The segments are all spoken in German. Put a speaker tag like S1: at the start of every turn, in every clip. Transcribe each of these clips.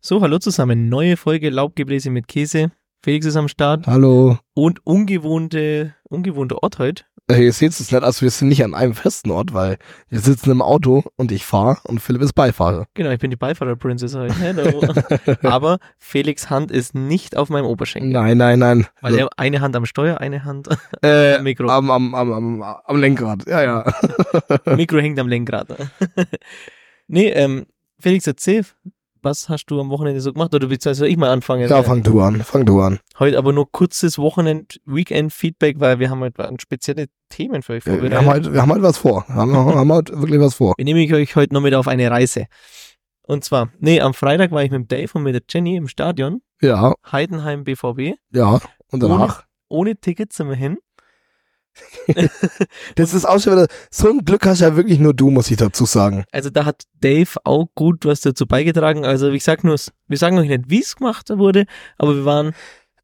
S1: So, hallo zusammen. Neue Folge Laubgebläse mit Käse. Felix ist am Start
S2: Hallo.
S1: und ungewohnte, ungewohnter Ort heute.
S2: Äh, Ihr seht es nicht, also wir sind nicht an einem festen Ort, weil wir sitzen im Auto und ich fahre und Philipp ist Beifahrer.
S1: Genau, ich bin die Beifahrerprincess heute. Hello. Aber Felix Hand ist nicht auf meinem Oberschenkel.
S2: Nein, nein, nein.
S1: Weil er eine Hand am Steuer, eine Hand
S2: äh,
S1: am Mikro.
S2: am, am, am, am, am Lenkrad, ja, ja. Ah.
S1: Mikro hängt am Lenkrad. nee, ähm, Felix, erzähl, was hast du am Wochenende so gemacht? Oder beziehungsweise soll ich mal anfangen?
S2: Ja, fang du an, fang du an.
S1: Heute aber nur kurzes Wochenend, Weekend-Feedback, weil wir haben heute spezielle Themen für euch
S2: Wir,
S1: vorbereitet.
S2: wir, haben, heute, wir haben heute was vor, wir haben, haben heute wirklich was vor.
S1: Wir nehmen euch heute noch mit auf eine Reise. Und zwar, nee, am Freitag war ich mit dem Dave und mit der Jenny im Stadion,
S2: Ja,
S1: Heidenheim BVB.
S2: ja, und danach.
S1: Ohne Ticket sind wir hin.
S2: Das ist auch schon wieder, so ein Glück hast ja wirklich nur du, muss ich dazu sagen.
S1: Also da hat Dave auch gut was dazu beigetragen. Also ich sag nur, wir sagen euch nicht, wie es gemacht wurde, aber wir waren,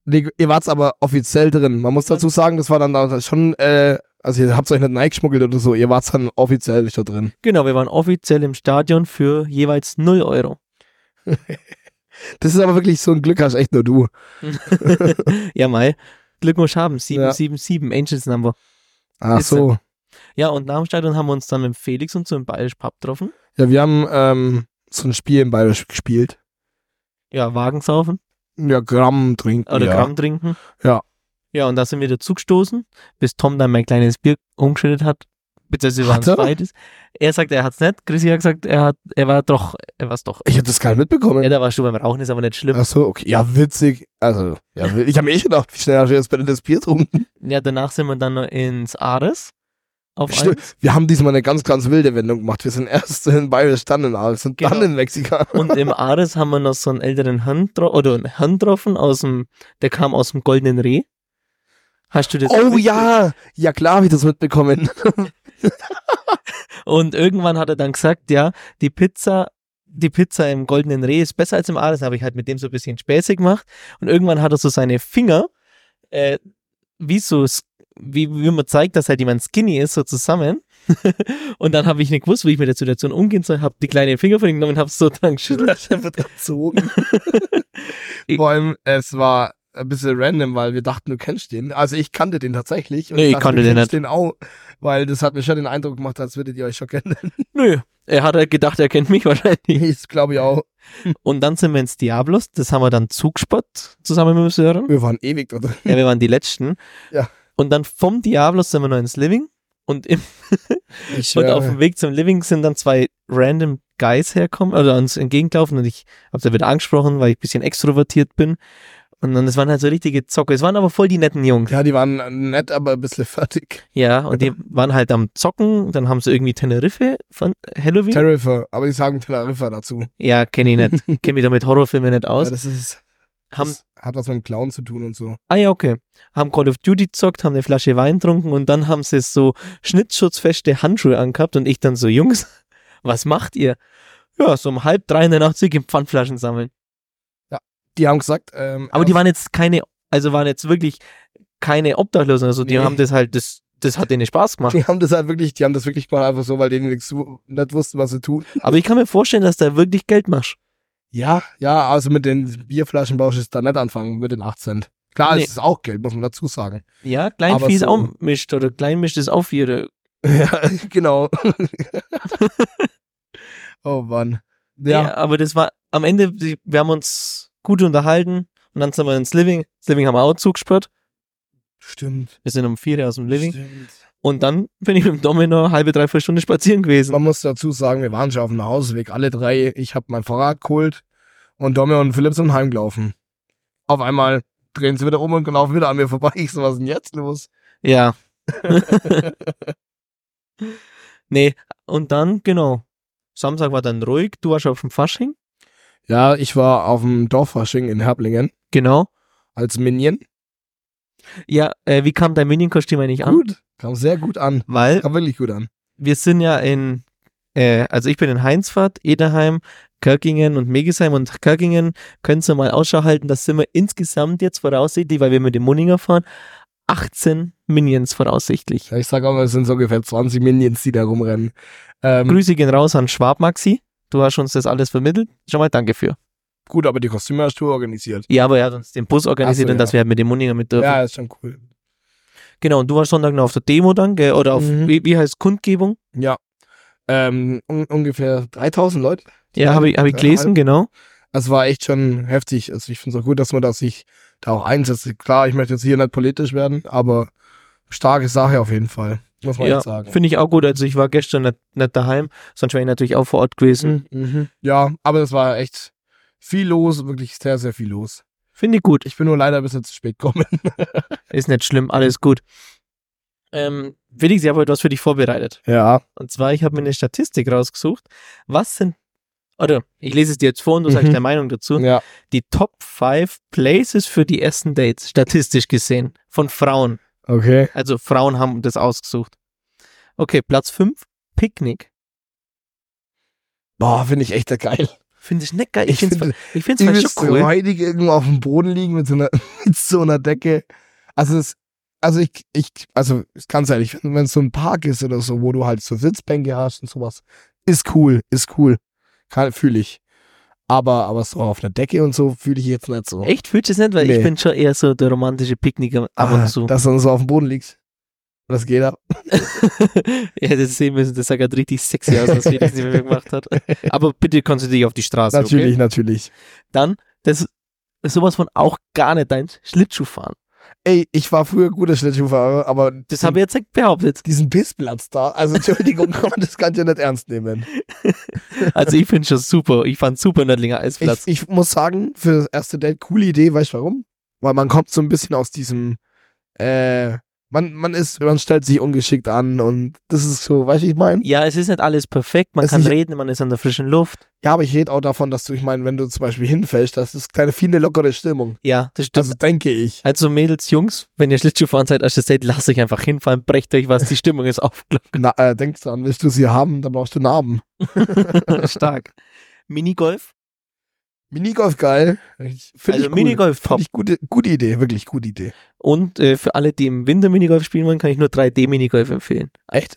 S2: Nee, ihr wart's aber offiziell drin. Man muss dazu sagen, das war dann da schon, äh, also ihr habt's euch nicht eingeschmuggelt oder so, ihr wart's dann offiziell schon drin.
S1: genau, wir waren offiziell im Stadion für jeweils 0 Euro.
S2: Das ist aber wirklich so ein Glück hast echt nur du.
S1: ja, mal. Glückwunsch haben,
S2: Ja.
S1: 777, Angels Number.
S2: Ach
S1: Ist
S2: so.
S1: Ja, und nach dem Stadion haben wir uns dann mit Felix und so im Bayerisch Pub getroffen.
S2: Ja, wir haben ähm, so ein Spiel in Bayerisch gespielt.
S1: Ja, Wagensaufen.
S2: Ja, Gramm trinken.
S1: oder
S2: ja.
S1: Gramm trinken.
S2: Ja.
S1: Ja, und da sind wir dazugestoßen, bis Tom dann mein kleines Bier umgeschüttet hat. Beziehungsweise waren
S2: Hat
S1: es
S2: er?
S1: beides. Er sagt, er hat's nicht. Chrissy hat gesagt, er hat, er war doch, er war's doch.
S2: Ich hab das gar nicht
S1: Ja,
S2: mitbekommen.
S1: da warst du beim Rauchen, ist aber nicht schlimm.
S2: Ach so, okay. Ja, witzig. Also, ja, wi- ich habe mir eh schon gedacht, wie schnell hast du jetzt bitte das Bier getrunken?
S1: Ja, danach sind wir dann noch ins Ares. Auf
S2: Stimmt.
S1: eins.
S2: Wir haben diesmal eine ganz, ganz wilde Wendung gemacht. Wir sind erst in Bayerisch, dann in Aals und dann
S1: Genau.
S2: in Mexika.
S1: Und im Ares haben wir noch so einen älteren Hand dro- oder einen Hand getroffen aus dem, der kam aus dem Goldenen Reh. Hast du das?
S2: Oh ja, ja klar hab ich das mitbekommen.
S1: Und irgendwann hat er dann gesagt, ja, die Pizza, die Pizza im Goldenen Reh ist besser als im Ares. Habe ich halt mit dem so ein bisschen Späße gemacht. Und irgendwann hat er so seine Finger, äh, wie so, s- wie, wie man zeigt, dass halt jemand skinny ist, so zusammen. und dann habe ich nicht gewusst, wie ich mit der Situation umgehen soll. Habe die kleinen Finger von ihm genommen und habe so dran geschüttelt.
S2: wird gezogen. Vor allem, es war ein bisschen random, weil wir dachten, du kennst den. Also ich kannte den tatsächlich. und
S1: Nee, ich
S2: dachte,
S1: kannte
S2: du
S1: den
S2: kennst den auch, weil das hat mir schon den Eindruck gemacht, als würdet ihr euch schon kennen.
S1: Nö. Er hat halt gedacht, er kennt mich wahrscheinlich.
S2: Ich glaube ich auch.
S1: Und dann sind wir ins Diablos. Das haben wir dann zugespart, zusammen mit dem Sören.
S2: Wir waren ewig da drin.
S1: Ja, wir waren die Letzten.
S2: Ja.
S1: Und dann vom Diablos sind wir noch ins Living. Und, im,
S2: Ich,
S1: und
S2: äh,
S1: auf dem Weg zum Living sind dann zwei random Guys herkommen, oder uns entgegengelaufen. Und ich habe da wieder angesprochen, weil ich ein bisschen extrovertiert bin. Und dann, es waren halt so richtige Zocke. Es waren aber voll die netten Jungs.
S2: ja, die waren nett, aber ein bisschen fertig.
S1: Ja, und die waren halt am Zocken. Dann haben sie irgendwie Teneriffe von Halloween.
S2: Tarifa, aber die sagen Teneriffa dazu.
S1: ja, kenne ich nicht. kenne mich da mit Horrorfilmen nicht
S2: Ja,
S1: aus.
S2: das ist,
S1: haben,
S2: das hat was mit dem Clown zu tun und so.
S1: ah ja, okay. Haben Call of Duty gezockt, haben eine Flasche Wein getrunken und dann haben sie so schnittschutzfeste Handschuhe angehabt und ich dann so, Jungs, was macht ihr? Ja, so um halb drei in der Nacht sie gehen Pfandflaschen sammeln.
S2: Die haben gesagt, ähm,
S1: Aber die
S2: erst-
S1: waren jetzt keine, also waren jetzt wirklich keine Obdachlosen, also die
S2: Nee.
S1: haben das halt, das, das hat denen Spaß gemacht.
S2: die haben das halt wirklich, die haben das wirklich mal einfach so, weil die nichts zu- nicht wussten, was sie tun.
S1: Aber ich kann mir vorstellen, dass da wirklich Geld machst.
S2: Ja, ja, also mit den Bierflaschen brauchst du es da nicht anfangen, mit den 8 Cent. Klar,
S1: Nee.
S2: es ist auch Geld, muss man dazu sagen.
S1: Ja, Kleinvieh
S2: Aber
S1: ist
S2: so-
S1: auch mischt oder Kleinmischt ist auch ihre.
S2: Ja, genau. oh Mann. Ja,
S1: Ja, aber das war am Ende, die- wir haben uns gut unterhalten und dann sind wir ins Living. Das Living haben wir auch zugespürt.
S2: stimmt.
S1: Wir sind um vier aus dem Living.
S2: Stimmt.
S1: Und dann bin ich mit dem Domino halbe, drei, vier Stunden spazieren gewesen.
S2: Man muss dazu sagen, wir waren schon auf dem Hausweg, alle drei. Ich habe mein Fahrrad geholt und Domme und Philipp sind heimgelaufen. Auf einmal drehen sie wieder um und laufen wieder an mir vorbei. Ich so, was ist denn jetzt los?
S1: Ja. nee, und dann, genau. Samstag war dann ruhig. Du warst auf dem Fasching.
S2: Ja, ich war auf dem Dorffasching in Herblingen
S1: Genau.
S2: als Minion.
S1: Ja, äh, wie kam dein Minienkostüm eigentlich an?
S2: Gut. Kam sehr gut an.
S1: Weil
S2: Kam wirklich gut an.
S1: wir sind ja in, äh, also ich bin in Heinsfahrt, Ederheim, Kirkingen und Megesheim und Kirkingen können Sie mal Ausschau halten, dass sind wir insgesamt jetzt voraussichtlich, weil wir mit dem Munninger fahren, 18 Minions voraussichtlich.
S2: Ja, ich sag auch mal, es sind so ungefähr 20 Minions, die da rumrennen. Ähm,
S1: Hm. Grüße gehen raus an Schwab Maxi. Du hast uns das alles vermittelt. Schon mal danke für.
S2: Gut, aber die Kostüme hast du organisiert.
S1: Ja, aber er hat uns den Bus organisiert
S2: Ach so,
S1: und
S2: ja.
S1: dass wir halt mit dem Mundinger mit dürfen.
S2: Ja, ist schon cool.
S1: Genau, und du warst Sonntag noch auf der Demo dann, gell? oder auf,
S2: Mhm.
S1: wie, wie heißt Kundgebung?
S2: Ja. Ähm, un ungefähr 3000 Leute.
S1: Ja, habe ich, hab ich
S2: Dreieinhalb.
S1: gelesen, genau.
S2: Es war echt schon heftig. Also ich finde es auch gut, dass man das sich da auch einsetzt. Klar, ich möchte jetzt hier nicht politisch werden, aber starke Sache auf jeden Fall. Muss man
S1: Ja,
S2: jetzt sagen.
S1: Finde ich auch gut. Also ich war gestern nicht, nicht daheim, sonst wäre ich natürlich auch vor Ort gewesen.
S2: Mhm. Ja, aber es war echt viel los, wirklich sehr, sehr viel los.
S1: Finde ich gut.
S2: Ich bin nur leider ein bisschen zu spät gekommen.
S1: Ist nicht schlimm, alles gut. Ähm, Felix, ich habe heute was für dich vorbereitet.
S2: Ja.
S1: Und zwar, ich habe mir eine Statistik rausgesucht. Was sind, oder ich lese es dir jetzt vor und du sagst
S2: Mhm.
S1: deine Meinung dazu.
S2: Ja.
S1: Die Top 5 Places für die ersten Dates, statistisch gesehen, von Frauen.
S2: Okay.
S1: Also Frauen haben das ausgesucht. Okay, Platz 5, Picknick.
S2: Boah, finde ich echt geil.
S1: Finde ich nicht geil. Ich, finde
S2: finde
S1: es ich find's voll
S2: übelst
S1: schon cool.
S2: räudig irgendwo auf dem Boden liegen mit so einer, mit so einer Decke. Also es, also ich, ich, also es kann sein, ich wenn es so ein Park ist oder so, wo du halt so Sitzbänke hast und sowas, ist cool, ist cool. Kann, fühle ich. Aber, aber so auf einer Decke und so fühle ich jetzt nicht so.
S1: Echt, fühlst du es nicht? Weil ich
S2: Nee.
S1: bin schon eher so der romantische Picknicker ab und
S2: Ah,
S1: zu.
S2: Dass du so auf dem Boden liegst. Das geht ab.
S1: ja, das sehen müssen, das sah gerade richtig sexy aus, was Felix nicht mehr gemacht hat. Aber bitte konzentriere dich auf die Straße.
S2: natürlich,
S1: Okay?
S2: natürlich.
S1: Dann, das ist sowas von auch gar nicht dein Schlittschuhfahren.
S2: Ey, ich war früher guter Schlittschuhfahrer, aber
S1: Das habe ich jetzt nicht behauptet.
S2: diesen Pissplatz da, also Entschuldigung, kann man das kann ich ja nicht ernst nehmen.
S1: Also ich finde schon super. Ich fand super Nördlinger
S2: Ich,
S1: Eisplatz.
S2: ich muss sagen, für das erste Date, coole Idee, weißt du warum? Weil man kommt so ein bisschen aus diesem, äh, man, man ist, man stellt sich ungeschickt an und das ist so, weißt du, ich meine?
S1: ja, es ist nicht alles perfekt. Man
S2: Es
S1: kann
S2: ist-
S1: reden, man ist an der frischen Luft.
S2: Ja, aber ich rede auch davon, dass du, ich meine, wenn du zum Beispiel hinfällst, das ist keine viele lockere Stimmung.
S1: Ja, das stimmt.
S2: Also denke ich.
S1: Also Mädels, Jungs, wenn ihr Schlittschuhfahren seid, als das Date, lasst euch einfach hinfallen, brecht euch was, die Stimmung ist aufgelöst.
S2: Na, äh, denkst dran, willst du sie haben, dann brauchst du Namen.
S1: Stark. Minigolf?
S2: Minigolf geil. Ich- Find
S1: Also
S2: ich cool.
S1: Minigolf top.
S2: Find ich gute, gute Idee, wirklich gute Idee.
S1: Und äh, für alle, die im Winter Minigolf spielen wollen, kann ich nur 3D-Minigolf empfehlen.
S2: Echt?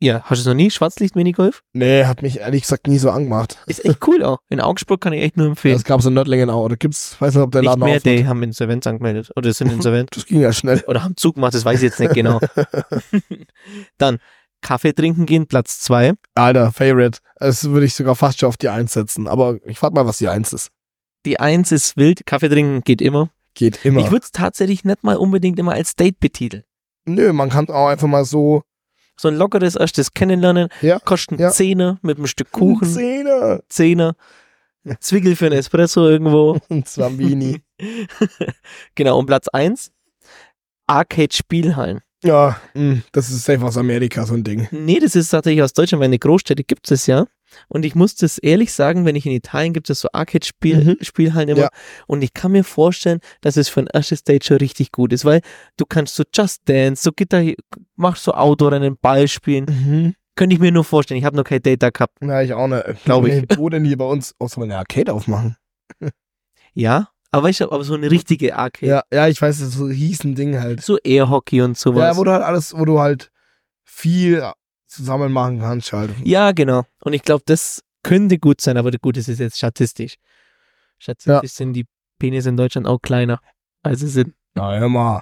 S1: Ja, hast du es noch nie? Schwarzlicht-Minigolf?
S2: Nee, hat mich ehrlich gesagt nie so angemacht.
S1: Ist echt cool auch. In Augsburg kann ich echt nur empfehlen.
S2: Das gab's in Nördlingen auch. Oder gibt's, weiß nicht, ob der
S1: Nicht
S2: Laden
S1: mehr,
S2: aufmacht.
S1: die haben Insolvenz angemeldet. Oder sind insolvent.
S2: Das ging ja schnell.
S1: Oder haben Zug gemacht, das weiß ich jetzt nicht genau. Dann Kaffee trinken gehen, Platz zwei.
S2: Alter, Favorite. Das würde ich sogar fast schon auf die Eins setzen. Aber ich frag mal, was die Eins ist.
S1: Die Eins ist wild, Kaffee trinken geht immer.
S2: Geht immer.
S1: Ich würde es tatsächlich nicht mal unbedingt immer als Date betiteln.
S2: Nö, man kann auch einfach mal so
S1: So ein lockeres erstes Kennenlernen,
S2: Ja,
S1: kostet
S2: ja.
S1: einen Zehner mit einem Stück Kuchen,
S2: Zähne.
S1: Zehner, Zwickel für einen Espresso irgendwo.
S2: Ein Zambini.
S1: genau, und Platz 1, Arcade-Spielhallen.
S2: ja, mh, Mm, das ist safe aus Amerika, so ein Ding.
S1: Nee, das ist tatsächlich aus Deutschland, weil eine Großstädte gibt es ja. Und ich muss das ehrlich sagen, wenn ich in Italien gibt es so Arcade-Spielhallen immer.
S2: Mhm. Ja.
S1: Und ich kann mir vorstellen, dass es für ein erstes Date schon richtig gut ist, weil du kannst so Just Dance, so Gitter, machst so Outdoor-Rennen, Ball spielen.
S2: Mhm.
S1: Könnte ich mir nur vorstellen. Ich habe noch kein Date da gehabt.
S2: Na, ich auch nicht.
S1: Glaub ich.
S2: Nee, Wo denn hier bei uns auch so eine Arcade aufmachen?
S1: Ja, aber ich habe aber so eine richtige Arcade.
S2: Ja, ja, ich weiß, das ist so ein riesen Ding halt.
S1: So Air-Hockey und sowas.
S2: Ja, wo du halt alles, wo du halt viel zusammen machen kannst halt.
S1: Ja, genau. Und ich glaube, das könnte gut sein, aber gut, es ist jetzt statistisch. Statistisch sind die Penisse in Deutschland auch kleiner, als sie sind.
S2: Na, hör mal.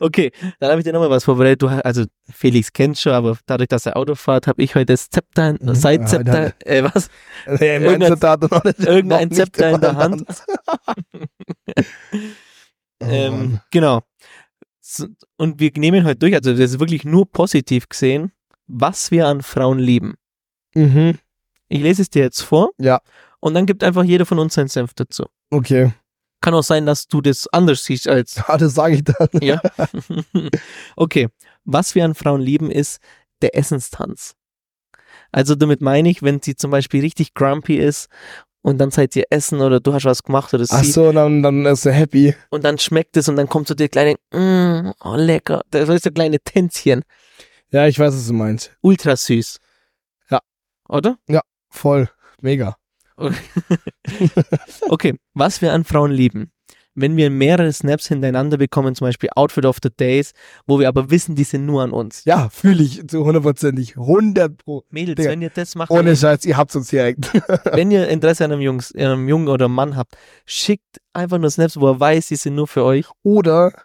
S1: Okay, dann habe ich dir nochmal was vorbereitet. Du, ha- also Felix kennt schon, aber dadurch, dass er Auto fährt, habe ich heute das Zepter,
S2: Mhm.
S1: in, Seitzepter, äh, was?
S2: Nee, mein
S1: Irgendein-
S2: Zitat noch nicht-
S1: irgendein
S2: noch nicht
S1: Zepter in der
S2: gemacht. Oh,
S1: Hand. ähm, genau. S- Und wir nehmen heute durch, also das ist wirklich nur positiv gesehen, was wir an Frauen lieben.
S2: Mhm.
S1: Ich lese es dir jetzt vor.
S2: Ja.
S1: Und dann gibt einfach jeder von uns seinen Senf dazu.
S2: Okay.
S1: Kann auch sein, dass du das anders siehst als.
S2: Ja, das sage ich dann.
S1: Ja. okay. Was wir an Frauen lieben, ist der Essenstanz. Also damit meine ich, wenn sie zum Beispiel richtig grumpy ist und dann seid ihr essen oder du hast was gemacht oder
S2: Ach
S1: sie
S2: so, dann, dann ist er happy.
S1: und dann schmeckt es und dann kommt so der kleine, mm, oh lecker, das ist so kleine Tänzchen,
S2: Ja, ich weiß, was du meinst.
S1: ultra süß.
S2: Ja.
S1: Oder?
S2: Voll. Mega.
S1: Okay, was wir an Frauen lieben. wenn wir mehrere Snaps hintereinander bekommen, zum Beispiel Outfit of the Days, wo wir aber wissen, die sind nur an uns.
S2: Ja, fühle ich zu hundertprozentig. 100 pro.
S1: Mädels,
S2: Digga,
S1: wenn ihr das macht,
S2: Ohne Scheiß, ihr habt uns direkt.
S1: wenn ihr Interesse an einem, Jungs, an einem Jungen oder Mann habt, schickt einfach nur Snaps, wo er weiß, die sind nur für euch.
S2: Oder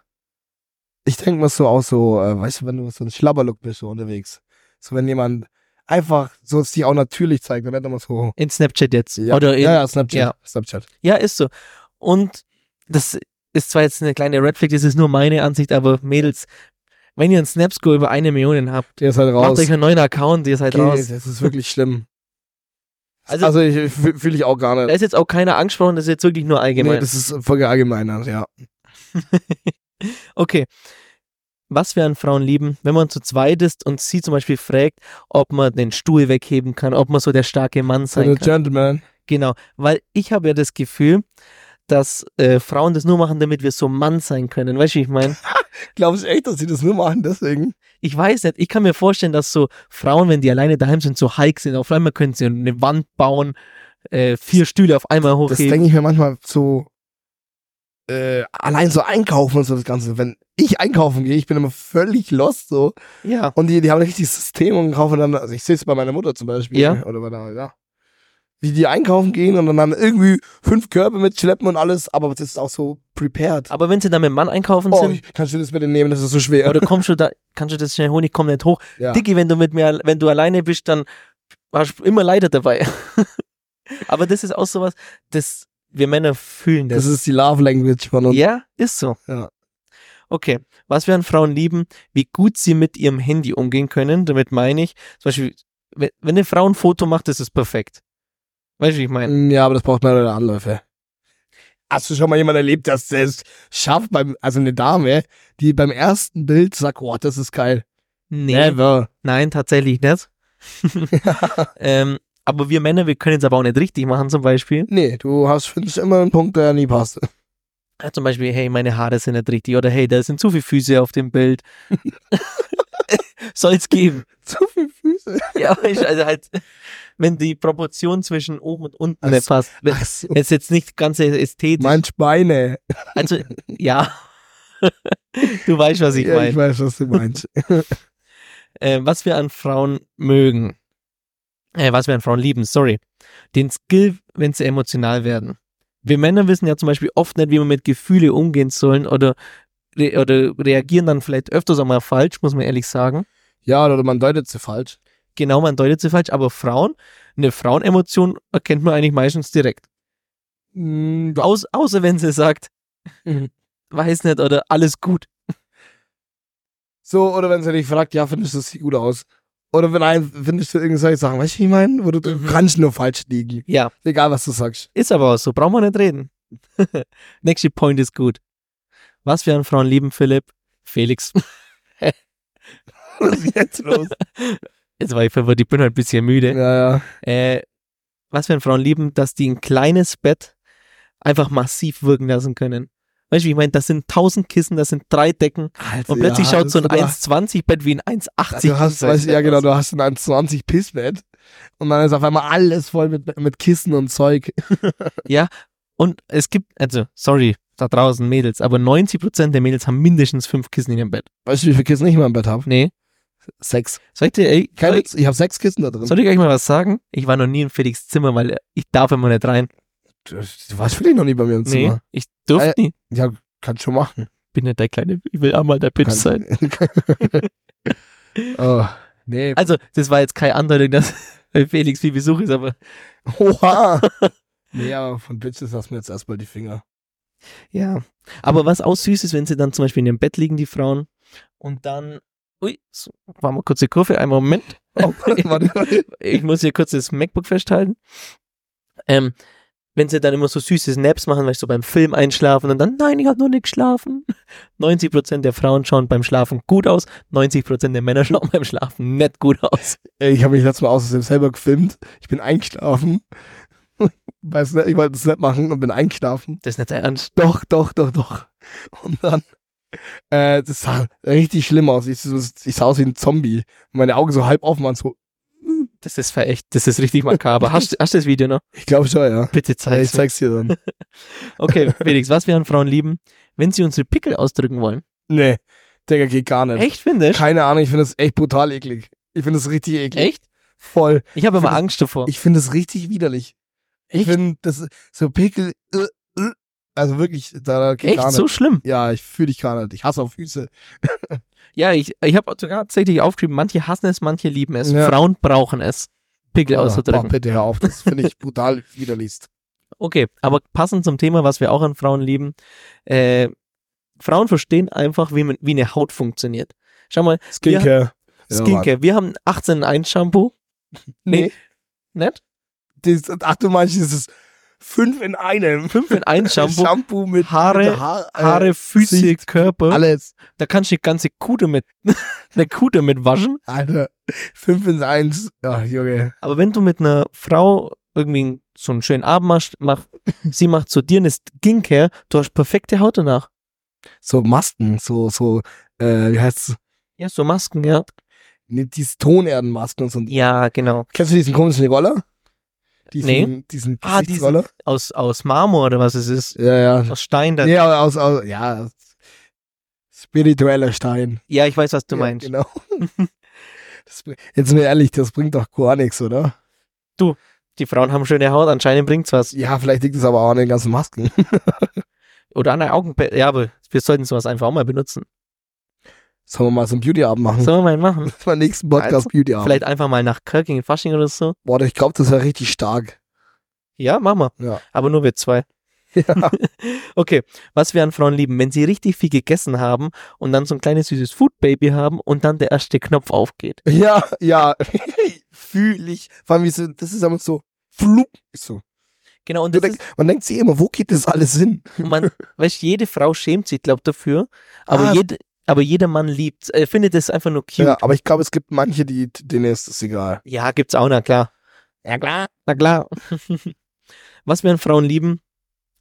S2: ich denke mal so auch so, äh, weißt du, wenn du so ein Schlabberlook bist so unterwegs. So wenn jemand einfach so sich auch natürlich zeigt, dann wird er mal so.
S1: In Snapchat jetzt. Oder in,
S2: ja, ja, Snapchat.
S1: ja.
S2: Snapchat.
S1: Ja, ist so. Und das ist zwar jetzt eine kleine Red Flag, das ist nur meine Ansicht, aber Mädels, wenn ihr einen Snapscore über eine Million habt,
S2: Der ist halt
S1: macht
S2: raus.
S1: euch einen neuen Account, ihr seid
S2: Okay,
S1: raus.
S2: Das ist wirklich schlimm.
S1: Also-
S2: Also, also ich, fühle ich auch gar
S1: Da
S2: nicht.
S1: ist jetzt auch keiner angesprochen, das ist jetzt wirklich nur
S2: Nee,
S1: allgemein.
S2: das ist voll allgemeiner, ja.
S1: okay. Was wir an Frauen lieben, wenn man zu zweit ist und sie zum Beispiel fragt, ob man den Stuhl wegheben kann, ob man so der starke Mann
S2: So
S1: sein
S2: ein
S1: kann.
S2: Gentleman.
S1: Genau, weil ich habe ja das Gefühl, dass äh, Frauen das nur machen, damit wir so Mann sein können. Weißt du, wie ich meine?
S2: Glaubst du echt, dass sie das nur machen, deswegen?
S1: ich weiß nicht, ich kann mir vorstellen, dass so Frauen, wenn die alleine daheim sind, so hike sind. Auf einmal können sie eine Wand bauen, äh, vier Stühle auf einmal
S2: Das
S1: hochheben.
S2: denke ich mir manchmal so. Äh, allein so einkaufen und so das Ganze. Wenn ich einkaufen gehe, ich bin immer völlig lost so.
S1: ja.
S2: Und die, die haben richtig System und kaufen dann, also ich sehe es bei meiner Mutter zum Beispiel.
S1: Ja.
S2: Oder bei der, ja. Wie die einkaufen gehen und dann, dann irgendwie fünf Körbe mitschleppen und alles, aber das ist auch so prepared.
S1: Aber wenn sie dann mit dem Mann einkaufen
S2: Oh,
S1: sind,
S2: kannst du das bitte nehmen, das ist so schwer.
S1: oder kommst du da, kannst du das schnell holen, ich komme nicht hoch.
S2: ja.
S1: Dicky, wenn du mit mir, wenn du alleine bist, dann hast du immer leider dabei. Aber das ist auch sowas, das, wir Männer fühlen das.
S2: Das ist die Love Language von uns.
S1: ja, ist so.
S2: Ja.
S1: Okay, was wir an Frauen lieben, wie gut sie mit ihrem Handy umgehen können. Damit meine ich, zum Beispiel, wenn wenn eine Frau ein Foto macht, ist es perfekt. Weißt du, wie ich meine?
S2: Mm, Ja, aber das braucht mehrere Anläufe. Hast du schon mal jemanden erlebt, dass der es schafft, beim, also eine Dame, die beim ersten Bild sagt, wow, das ist geil.
S1: Nee,
S2: Never.
S1: Äh, nein, tatsächlich nicht. ähm, aber wir Männer, wir können es aber auch nicht richtig machen, zum Beispiel.
S2: Nee, du hast, findest immer einen Punkt, der nie passt.
S1: Ja, Zum Beispiel, hey, meine Haare sind nicht richtig oder hey, da sind zu viele Füße auf dem Bild. Soll es geben.
S2: Zu viele Füße.
S1: Ja, weißt du, also halt, wenn die Proportion zwischen oben und unten
S2: Ach
S1: nicht
S2: so,
S1: passt. Also Wenn-
S2: so.
S1: Ist jetzt nicht ganz ästhetisch.
S2: Mein Schweine.
S1: Also, ja. du weißt, was ich
S2: ja, ich
S1: meine.
S2: weiß, was du meinst.
S1: Äh, was wir an Frauen mögen. Äh, was wir an Frauen lieben, sorry. Den Skill, wenn sie emotional werden. Wir Männer wissen ja zum Beispiel oft nicht, wie wir mit Gefühle umgehen sollen oder, re oder reagieren dann vielleicht öfters auch mal falsch, muss man ehrlich sagen.
S2: ja, oder man deutet sie falsch.
S1: Genau, man deutet sie falsch, aber Frauen, eine Frauenemotion erkennt man eigentlich meistens direkt.
S2: Mm, ja.
S1: Aus, außer wenn sie sagt,
S2: Mhm.
S1: weiß nicht oder alles gut.
S2: So, oder wenn sie dich fragt, ja, findest du das sieht gut aus? Oder wenn ein, findest du irgendwelche Sachen, weißt du, wie ich meine? Wo du, du
S1: Mhm.
S2: kannst nur falsch liegen.
S1: Ja,
S2: Egal, was du sagst.
S1: Ist aber auch so, brauchen wir nicht reden. Nächste Point ist gut. Was wir an Frauen lieben, Philipp, Felix.
S2: Was ist jetzt los?
S1: Jetzt war ich verwirrt, ich bin halt ein bisschen
S2: ja,
S1: müde.
S2: ja.
S1: Äh, was wir an Frauen lieben, dass die ein kleines Bett einfach massiv wirken lassen können. Weißt du, wie ich meine, das sind 1000 Kissen, das sind drei Decken
S2: Alter,
S1: und plötzlich
S2: ja,
S1: schaut so ein
S2: das ist aber-
S1: 1,20 Bett wie ein 1,80
S2: Du hast,
S1: Kissen-
S2: weißt, du, ja
S1: Bett
S2: genau,
S1: aus.
S2: du hast ein 1,20 Pissbett und dann ist auf einmal alles voll mit, mit Kissen und Zeug.
S1: Und es gibt, also, sorry, da draußen Mädels, aber 90% der Mädels haben mindestens fünf Kissen in ihrem Bett.
S2: Weißt du, wie viele Kissen ich in meinem Bett habe?
S1: Nee.
S2: Sechs.
S1: Soll ich dir, ey,
S2: Kein
S1: soll ich-
S2: Witz, ich habe sechs Kissen da drin.
S1: Soll ich euch mal was sagen? Ich war noch nie in Felix Zimmer, weil ich darf immer nicht rein.
S2: Du, du warst wirklich noch nie bei mir im
S1: Nee,
S2: Zimmer.
S1: ich durfte
S2: Äh,
S1: nie.
S2: Ja, kannst schon machen.
S1: Bin nicht der kleine, ich will auch mal der Bitch
S2: Kann-
S1: sein.
S2: oh, nee.
S1: Also, das war jetzt keine Andeutung, dass bei Felix viel Besuch ist, aber
S2: Oha. Nee, aber von Bitches lassen wir jetzt erstmal die Finger.
S1: ja. Aber was auch süß ist, wenn sie dann zum Beispiel in dem Bett liegen, die Frauen, und dann, ui, so, war mal kurze Kurve, einen Moment.
S2: Oh, warte, warte.
S1: ich muss hier kurz das MacBook festhalten. Ähm, wenn sie dann immer so süße Snaps machen, weißt du, so beim Film einschlafen und dann, nein, ich habe noch nicht geschlafen. 90% der Frauen schauen beim Schlafen gut aus, 90% der Männer schauen beim Schlafen nicht gut aus.
S2: Ey, ich habe mich letztes Mal aus dem selber gefilmt. Ich bin eingeschlafen. Weiß nicht, ich wollte es nicht machen und bin eingeschlafen.
S1: Das ist nicht dein Ernst.
S2: Doch, doch, doch, doch. Und dann, äh, das sah richtig schlimm aus. Ich, so- ich sah aus wie ein Zombie. Meine Augen so halb offen waren, so,
S1: Das ist verächt. Das ist richtig makaber. Hast, hast du das Video noch?
S2: ich glaube schon, ja.
S1: Bitte
S2: ja. Ich
S1: zeig's mir.
S2: zeig's dir dann.
S1: Okay, Felix, was wir an Frauen lieben, wenn sie unsere Pickel ausdrücken wollen.
S2: Nee, Digga, geht gar nicht.
S1: Echt, findest?
S2: Keine Ahnung, ich finde das echt brutal eklig. Ich finde das richtig eklig.
S1: Echt?
S2: Voll.
S1: Ich habe immer
S2: Findest-
S1: Angst davor.
S2: Ich finde das richtig widerlich. Ich
S1: Echt?
S2: finde, das so Pickel. äh, äh, Also wirklich, da geht
S1: Echt
S2: gar nicht.
S1: so schlimm?
S2: Ja, ich fühle dich gar nicht. Ich hasse auf Füße.
S1: Ja, ich, ich habe sogar tatsächlich aufgeschrieben, manche hassen es, manche lieben es.
S2: Ja.
S1: Frauen brauchen es, Pickel
S2: Alter,
S1: auszudrücken.
S2: Boah, bitte hör auf, das finde ich brutal widerlichst.
S1: Okay, aber passend zum Thema, was wir auch an Frauen lieben, äh, Frauen verstehen einfach, wie, man, wie eine Haut funktioniert. Schau mal,
S2: Skincare. Ja, Mann.
S1: Skincare, wir haben 18 in 1 Shampoo,
S2: Nee.
S1: nett?
S2: Das, ach du meinst, das ist fünf in einem.
S1: 5 in 1 Shampoo,
S2: Shampoo mit
S1: Haare,
S2: mit Haar, äh,
S1: Haare, Füße,
S2: Gesicht,
S1: Körper,
S2: Alles.
S1: da kannst du die ganze Kuh damit, eine Kuh damit waschen.
S2: Alter. Fünf in eins. Ach, Junge.
S1: Aber wenn du mit einer Frau irgendwie so einen schönen Abend machst, mach, sie macht zu dir eine Skincare, du hast perfekte Haut danach.
S2: So Masken, so, so, äh, wie heißt's?
S1: Ja, so Masken, ja.
S2: Ne, Diese Tonerdenmasken und so.
S1: Ja, genau.
S2: Kennst du diesen komischen Roller? Diesen,
S1: Nee.
S2: Diesen
S1: Ah, diesen-
S2: Gesichtsroller?
S1: Aus, aus Marmor oder was es ist,
S2: Ja, ja.
S1: aus Stein. Da,
S2: Nee, aber aus, aus, ja. Spiritueller Stein.
S1: Ja, ich weiß, was du meinst.
S2: Ja, genau. das, bring- jetzt mal ehrlich, das bringt doch gar nichts, oder?
S1: Die Frauen haben schöne Haut, anscheinend bringt's was.
S2: Ja, vielleicht liegt es aber auch an den ganzen Masken.
S1: Oder an der Augenpads. Ja, aber wir sollten sowas einfach auch mal benutzen.
S2: Sollen wir mal so einen Beauty-Abend machen?
S1: Sollen wir mal machen?
S2: Das war nächsten Podcast
S1: Also,
S2: Beauty-Abend.
S1: Vielleicht einfach mal nach Kirking in Fasching oder so.
S2: Boah, ich glaube, das war richtig stark.
S1: Ja, machen wir.
S2: Ja.
S1: Aber nur wir zwei.
S2: Ja.
S1: Okay, was wir an Frauen lieben, wenn sie richtig viel gegessen haben und dann so ein kleines süßes Food-Baby haben und dann der erste Knopf aufgeht.
S2: ja, ja. Fühl ich. Vor allem, wie so, das ist einfach so, flup. Ist so.
S1: Genau, und
S2: Du
S1: das
S2: denkst,
S1: ist,
S2: man denkt sich immer, wo geht das alles hin?
S1: man, weißt, jede Frau schämt sich, glaubt dafür, aber,
S2: Ah.
S1: jede, aber jeder Mann liebt, äh, findet es einfach nur cute.
S2: Ja, aber ich glaube, es gibt manche, die, denen ist es egal.
S1: Ja, gibt's auch, na klar. Na klar. Na klar. Was wir an Frauen lieben,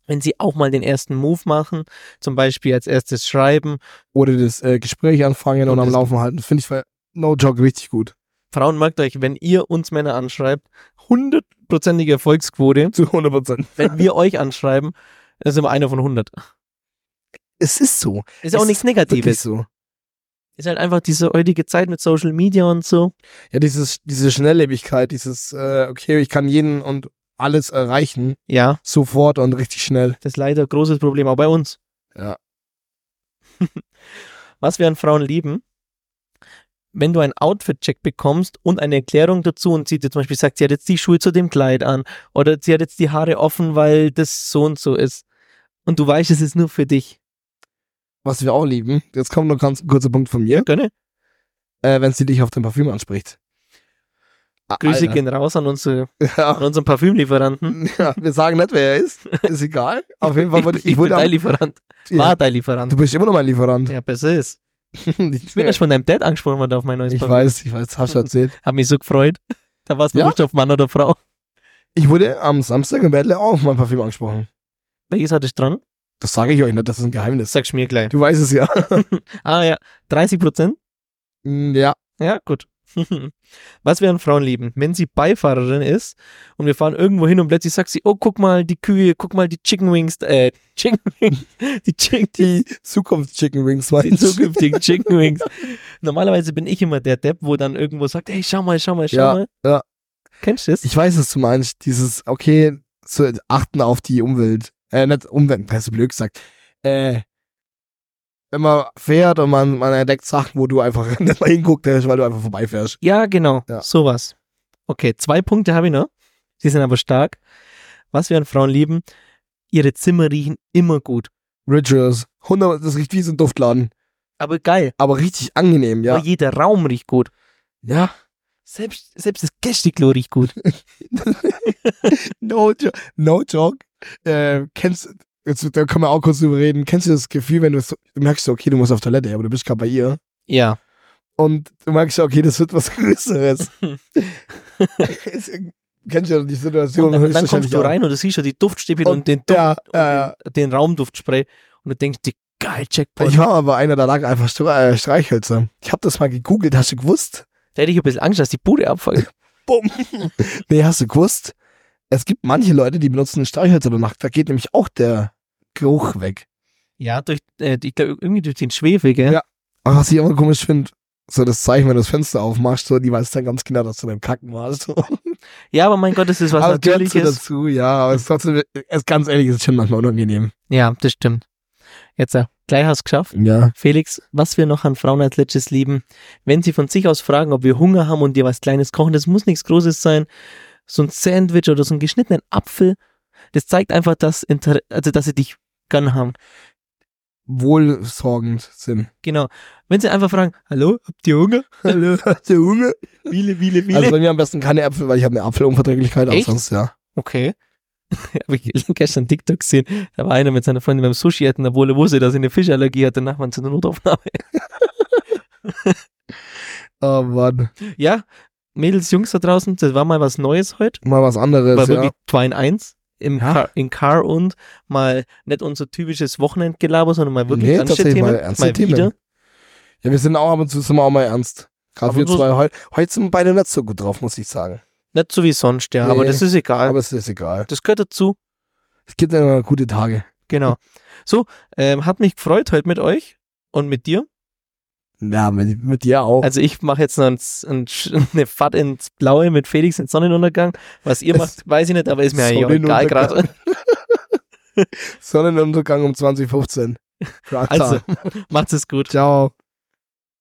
S1: wenn sie auch mal den ersten Move machen, zum Beispiel als erstes schreiben.
S2: Oder das äh, Gespräch anfangen und,
S1: Und
S2: am
S1: das-
S2: Laufen halten. Finde ich, voll- no joke, richtig gut.
S1: Frauen merkt euch, wenn ihr uns Männer anschreibt, hundertprozentige Erfolgsquote.
S2: Zu 100 Prozent.
S1: Wenn wir euch anschreiben, dann sind wir einer von 100.
S2: Es ist so.
S1: Ist ja auch
S2: Es
S1: nichts
S2: Wirklich
S1: Negatives.
S2: so.
S1: Ist halt einfach diese heutige Zeit mit Social Media und so.
S2: Ja, dieses, diese Schnelllebigkeit, dieses, äh, okay, ich kann jeden und alles erreichen,
S1: Ja,
S2: sofort und richtig schnell.
S1: das ist leider ein großes Problem, auch bei uns.
S2: Ja.
S1: Was wir an Frauen lieben, wenn du einen Outfit-Check bekommst und eine Erklärung dazu und sie dir zum Beispiel sagt, sie hat jetzt die Schuhe zu dem Kleid an oder sie hat jetzt die Haare offen, weil das so und so ist. Und du weißt, es ist nur für dich.
S2: Was wir auch lieben, jetzt kommt noch ganz ein kurzer Punkt von mir,
S1: Gönne.
S2: äh, wenn sie dich auf dein Parfüm anspricht. Ah,
S1: Grüße
S2: Alter.
S1: gehen raus an, unsere, an
S2: Ja.
S1: unseren Parfümlieferanten.
S2: ja, wir sagen nicht, wer er ist. Ist egal. Auf jeden Fall wurde ich,
S1: ich bin
S2: wurde
S1: dein
S2: am,
S1: Lieferant. War
S2: ja,
S1: dein
S2: Du
S1: Lieferant.
S2: bist immer noch mein Lieferant.
S1: Ja, besser ist.
S2: ich
S1: Ich bin ja schon von deinem Dad angesprochen worden auf mein neues
S2: ich
S1: Parfüm.
S2: weiß, ich weiß, hast du erzählt.
S1: Hab mich so gefreut. Da war es
S2: Ja?
S1: ja? auf Mann oder Frau.
S2: Ich wurde am Samstag im Battle auch auf mein Parfüm angesprochen.
S1: Welches hatte ich halt dran?
S2: Das sage ich euch nicht, das ist ein
S1: Das
S2: Geheimnis.
S1: sagst du mir gleich.
S2: Du weißt es ja.
S1: Ah ja, 30 Prozent?
S2: Mm, ja.
S1: Ja, gut. Was wir an Frauen lieben, wenn sie Beifahrerin ist und wir fahren irgendwo hin und plötzlich sagt sie, oh, guck mal, die Kühe, guck mal, die Chicken Wings, äh, Chicken Wings, die, Chick, die,
S2: Die Zukunfts-Chicken Wings
S1: die
S2: meinst du?
S1: zukünftigen Chicken Wings. Normalerweise bin ich immer der Depp, wo dann irgendwo sagt, hey, schau mal, schau mal, schau
S2: Ja,
S1: mal.
S2: ja.
S1: Kennst du das?
S2: Ich weiß, was du meinst. Dieses, okay, zu achten auf die Umwelt. Äh, nicht Umwelt, das ist blöd gesagt. Äh, wenn man fährt und man, man entdeckt Sachen, wo du einfach nicht mal hinguckt hast, weil du einfach vorbeifährst.
S1: Ja, genau.
S2: Ja.
S1: Sowas. Okay, zwei Punkte habe ich noch. Sie sind aber stark. Was wir an Frauen lieben, ihre Zimmer riechen immer gut.
S2: Rituals. 100, das riecht wie so ein Duftladen.
S1: Aber geil.
S2: Aber richtig angenehm, ja.
S1: Aber jeder Raum riecht gut.
S2: Oh Ja.
S1: Selbst, selbst das Gästeklo riecht gut.
S2: No, jo no joke. Äh, kennst, jetzt, da können wir auch kurz drüber reden. Kennst du das Gefühl, wenn du, so, du merkst, so, okay, du musst auf Toilette, aber du bist gerade bei ihr.
S1: Ja.
S2: Und du merkst, okay, das wird was Größeres. Es- Kennst du die Situation?
S1: Und dann, dann kommst
S2: höchstwahrscheinlich
S1: du
S2: auch.
S1: rein und du siehst schon die Duftstäbchen und,
S2: Und-
S1: den, Duft,
S2: Ja,
S1: und
S2: ja,
S1: den, den Raumduftspray und du denkst, dir, geil,
S2: ja.
S1: Checkpoint.
S2: Ich war mal bei einer, da lag einfach Str äh, Streichhölzer. Ich habe das mal gegoogelt. Hast du gewusst?
S1: da hätte ich ein bisschen Angst, dass die Bude abfällt.
S2: Nee, hast du gewusst? Es gibt manche Leute, die benutzen ein Streichholz, aber macht, da geht nämlich auch der Geruch weg.
S1: Ja, durch, äh, ich glaube, irgendwie durch den Schwefel, gell?
S2: Ja. Aber was ich immer komisch finde, so das Zeichen, wenn du das Fenster aufmachst, so, die weiß dann ganz genau, dass du deinem Kacken warst.
S1: Ja, aber mein Gott, es ist was
S2: aber gehört so
S1: Natürliches.
S2: dazu, ja, aber es ist trotzdem, es, ganz ehrlich, es ist schon manchmal unangenehm.
S1: Ja, das stimmt. Jetzt, äh, gleich hast du geschafft.
S2: Ja.
S1: Felix, was wir noch an Frauen als letztes lieben, wenn sie von sich aus fragen, ob wir Hunger haben und dir was Kleines kochen, das muss nichts Großes sein, so ein Sandwich oder so einen geschnittenen Apfel, das zeigt einfach, dass, Inter also, dass sie dich gern haben.
S2: Wohlsorgend sind.
S1: Genau. Wenn sie einfach fragen, hallo, habt ihr Hunger?
S2: Hallo, hast du Hunger?
S1: Viele, viele, viele.
S2: Also bei mir am besten keine Äpfel, weil ich habe eine Apfelunverträglichkeit, aber
S1: Echt?
S2: sonst ja.
S1: okay. Habe ich gestern TikTok gesehen, da war einer mit seiner Freundin beim Sushi essen, obwohl er wusste, dass er eine Fischallergie hat, danach waren sie in der Notaufnahme. Ah,
S2: Oh Mann.
S1: Ja, Mädels, Jungs da draußen, das war mal was Neues heute.
S2: Mal was anderes,
S1: war
S2: ja.
S1: wirklich 2 in 1 im
S2: Äh, Ja.
S1: Car, in Car und mal nicht unser typisches Wochenendgelaber, sondern mal wirklich
S2: Nee,
S1: ernste
S2: tatsächlich
S1: Themen.
S2: mal ernste Themen.
S1: wieder.
S2: Ja, wir sind auch ab und zu sind wir auch mal ernst. Gerade
S1: Aber
S2: wir
S1: bloß-
S2: zwei heute. Heute sind wir beide nicht so gut drauf, muss ich sagen.
S1: Nicht so wie sonst, ja,
S2: Nee.
S1: aber das ist egal.
S2: Aber es ist egal.
S1: das gehört dazu.
S2: Es gibt ja immer gute Tage.
S1: Genau. So, ähm, hat mich gefreut heute mit euch und mit dir.
S2: Ja, mit, mit dir auch.
S1: Also ich mache jetzt noch ein, ein, eine Fahrt ins Blaue mit Felix in Sonnenuntergang. Was ihr
S2: Es-
S1: macht, weiß ich nicht, aber ist mir eigentlich auch egal
S2: Sonnenuntergang.
S1: gerade.
S2: Sonnenuntergang um 2015. Primetime.
S1: Also, macht's es gut.
S2: Ciao.